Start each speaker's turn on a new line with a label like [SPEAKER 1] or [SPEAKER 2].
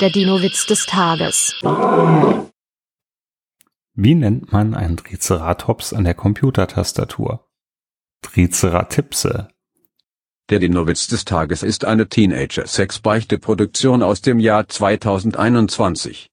[SPEAKER 1] Der Dino-Witz des Tages.
[SPEAKER 2] Wie nennt man einen Triceratops an der Computertastatur? Triceratipse.
[SPEAKER 3] Der Dinowitz des Tages ist eine Teenager-Sex-Beichte-Produktion aus dem Jahr 2021.